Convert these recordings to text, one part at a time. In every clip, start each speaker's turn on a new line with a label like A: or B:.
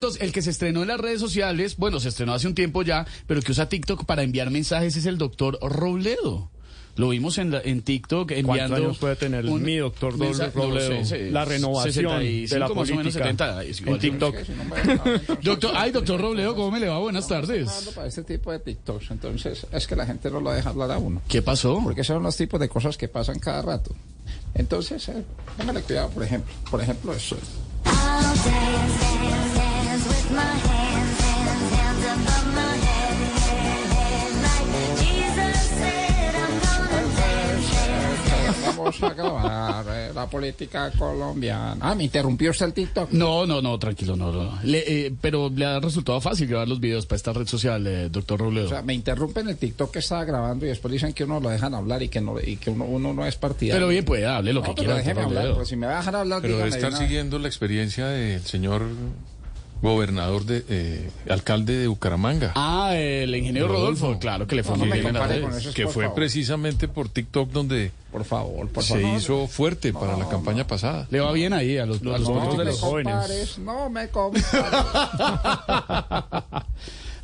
A: TikToks, el que se estrenó en las redes sociales, bueno, se estrenó hace un tiempo ya, pero que usa TikTok para enviar mensajes es el doctor Robledo. Lo vimos en, la- en TikTok enviando.
B: ¿Cuántos años puede tener
A: un
B: mi doctor
A: mensaje- no,
B: Robledo?
A: se- se-
B: la renovación
A: 65
B: de la
A: más o menos,
B: política
A: 70, es igual.
B: en TikTok.
A: Doctor, ay, doctor Robledo, ¿cómo me le va? Buenas tardes.
C: Para este tipo de TikToks, entonces es que la gente no lo deja hablar a uno.
A: ¿Qué pasó?
C: Porque son los tipos de cosas que pasan cada rato. Entonces, eh, póngale cuidado, por ejemplo. Por ejemplo, eso.
D: I'll dance, dance, dance with my hands, hands, hands above my head, head, head, like Jesus said I'm gonna dance, dance,
C: Eh, Vamos a grabar eh, la política colombiana. Ah, me interrumpió usted el TikTok.
A: No, no, no, tranquilo, no, no. Le- eh, pero le ha resultado fácil grabar los videos para esta red social, eh, doctor Robledo.
C: O sea, me interrumpen el TikTok que estaba grabando y después dicen que uno lo dejan hablar y que, no, y que uno, uno no es partidario.
A: pero bien, puede, hable lo
C: No,
A: que
C: pero
A: quiera.
C: déjeme
A: doctor
C: hablar, pues.
A: Robledo.
C: pero si me dejan hablar,
E: Pero debe
C: dígame de
E: estar
C: una-
E: siguiendo la experiencia del señor gobernador, de, eh, alcalde de Bucaramanga,
A: Ah, el ingeniero Rodolfo, claro que le fue
C: No, no
A: muy
C: me
A: bien en las
C: compare
A: redes.
C: con eso,
E: que
C: por
E: fue
C: favor.
E: precisamente por TikTok donde
C: Por favor, por
E: se
C: favor.
E: hizo fuerte para la campaña pasada.
A: Le va bien ahí a los, a los
B: No,
A: votos
C: No
A: de
C: me
A: los
B: jóvenes.
C: compares, no me compares.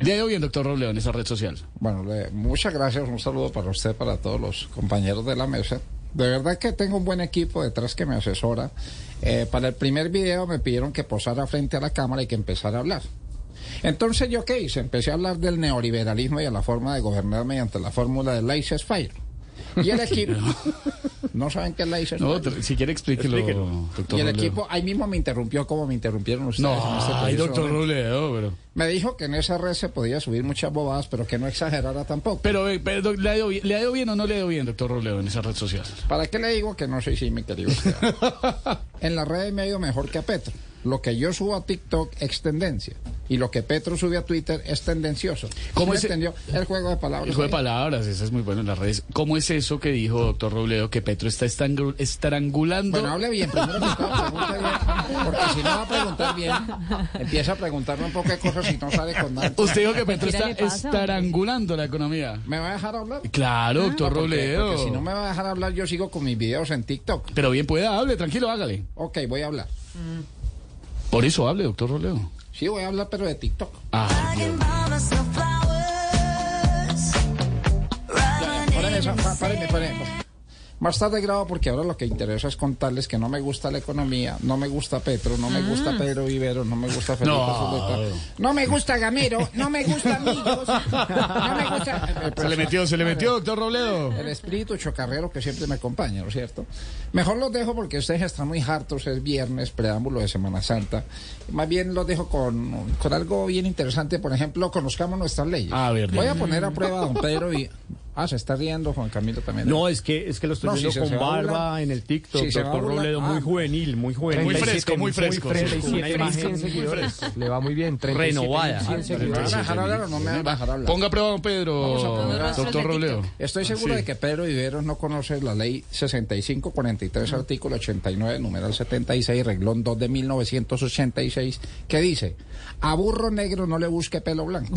A: Le ha ido bien, doctor Robledo, en esa red social.
C: Bueno, le- muchas gracias, un saludo para usted, para todos los compañeros de la mesa. De verdad que tengo un buen equipo detrás que me asesora. Eh, para el primer video me pidieron que posara frente a la cámara y que empezara a hablar. Entonces, ¿yo qué hice? Empecé a hablar del neoliberalismo y a la forma de gobernar mediante la fórmula de laissez-faire. Y el equipo... ¿No saben qué es
A: No,
C: laissez-faire?
A: tr- si quiere explíquelo,
B: Explíquelo.
A: doctor
C: y el
A: Robledo.
C: equipo ahí mismo me interrumpió como me interrumpieron ustedes. en
A: No,
C: este
A: ay,
C: preciso
A: doctor
C: momento.
A: Robledo, pero...
C: Me dijo que en esa red se podía subir muchas bobadas, pero que no exagerara tampoco.
A: Pero, eh, pero, ¿le, ha ido, bien- ¿le ha ido bien o no le ha ido bien, doctor Robledo, en esa red social?
C: ¿Para qué le digo que no soy sí, mi querido? Esteban? en la red me ha ido mejor que a Petro. Lo que yo subo a TikTok es tendencia. Y lo que Petro sube a Twitter es tendencioso.
A: ¿Cómo
C: ¿Sí
A: es-
C: me entendió? El juego de palabras.
A: El juego de
C: ahí.
A: palabras, eso es muy bueno en las redes. ¿Cómo es eso que dijo doctor Robledo que Petro está estangru- estrangulando?
C: Bueno, hable bien, primero que todo, pregunte bien, porque si no va a preguntar bien, empieza a preguntarme un poco de cosas y no sale con nada.
A: Usted dijo que Petro
F: Mentira,
A: está
F: ¿le pasa,
A: estrangulando la economía.
C: ¿Me va a dejar hablar?
A: Claro, doctor
C: Porque-
A: Robledo.
C: porque si Ah, no me va a dejar hablar, yo sigo con mis videos en TikTok.
A: Pero bien pueda, hable, tranquilo, hágale.
C: Ok, voy a hablar.
A: Por eso hable, doctor Robledo.
C: Sí, voy a hablar, pero de TikTok.
A: Ay,
D: I
A: Dios.
D: can buy myself
C: Ya, párame
D: flowers, write my name
C: eso,
D: and
C: pa- párame,
D: say
C: párame. Más tarde grabo porque ahora lo que interesa es contarles que no me gusta la economía, no me gusta Petro, no me gusta Pedro Vivero, no me gusta Felipe
A: No.
C: Zuleta, no me gusta Gamero, no me gusta Millos, no me gusta...
A: Se le metió, se le metió, doctor Robledo.
C: El espíritu chocarrero que siempre me acompaña, ¿no es cierto? Mejor los dejo porque ustedes están muy hartos, es viernes, preámbulo de Semana Santa. Más bien los dejo con, con algo bien interesante, por ejemplo, conozcamos nuestras leyes.
A: A ver,
C: Voy a poner a prueba a don Pedro y... Ah, se está riendo Juan Camilo también.
B: No, es que, es que lo estoy
C: No,
B: viendo
C: si se-
B: con
C: se va a
B: barba
C: burlar.
B: en el TikTok,
C: Si se va a
B: doctor
C: burlar.
B: Robledo, muy
C: Ah.
B: juvenil, muy juvenil.
A: Muy fresco, muy fresco.
B: Una imagen
G: Le va muy bien. 37
B: renovada.
G: mil cien
C: ¿Me
G: seguidores.
C: van a dejar hablar o no me van a dejar hablar?
A: Ponga a prueba, don Pedro,
F: poner rostros
A: doctor
F: de
A: Robledo.
C: Estoy seguro
A: Sí.
C: de que Pedro Viveros no conoce la ley 6543, artículo 89, numeral 76, reglón 2 de 1986, que dice, a burro negro no le busque pelo blanco.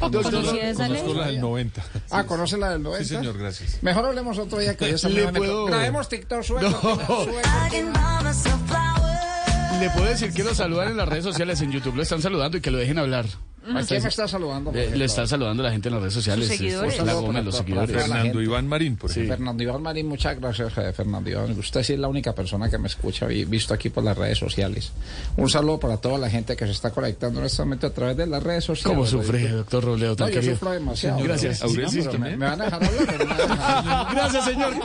A: Doctor
F: ¿Conocía esa ley?
E: Conozco la del 90.
C: ah, ¿conoce la del 90?
E: Sí, señor, gracias.
C: Mejor hablemos otro día que hoy está
A: Le
C: muy bonito.
A: puedo-
C: Grabemos TikTok, sube
A: No.
C: cortina, sube
D: I
C: cortina.
D: can buy myself flowers.
A: Le puedo decir que lo saludan en las redes sociales, en YouTube lo están saludando y que lo dejen hablar.
C: ¿A quién me está saludando? por
A: Le,
C: ejemplo?
A: le están saludando a la gente en las redes sociales.
F: Sus seguidores.
A: Es la goma, los seguidores.
C: la
E: Fernando
C: gente.
E: Iván Marín, por ejemplo.
C: Fernando Iván Marín, muchas gracias, eh, Fernando Iván. Usted sí es la única persona que me escucha y visto aquí por las redes sociales. Un saludo para toda la gente que se está conectando en este momento a través de las redes sociales.
A: ¿Cómo sufre, doctor Robledo,
C: No,
A: tan
C: yo
A: querido?
C: sufro demasiado.
A: Gracias.
C: Sí,
E: Aurelio
C: pero me,
E: también.
C: me van a dejar hablar. pero no me van a dejar hablar.
A: Gracias, señor.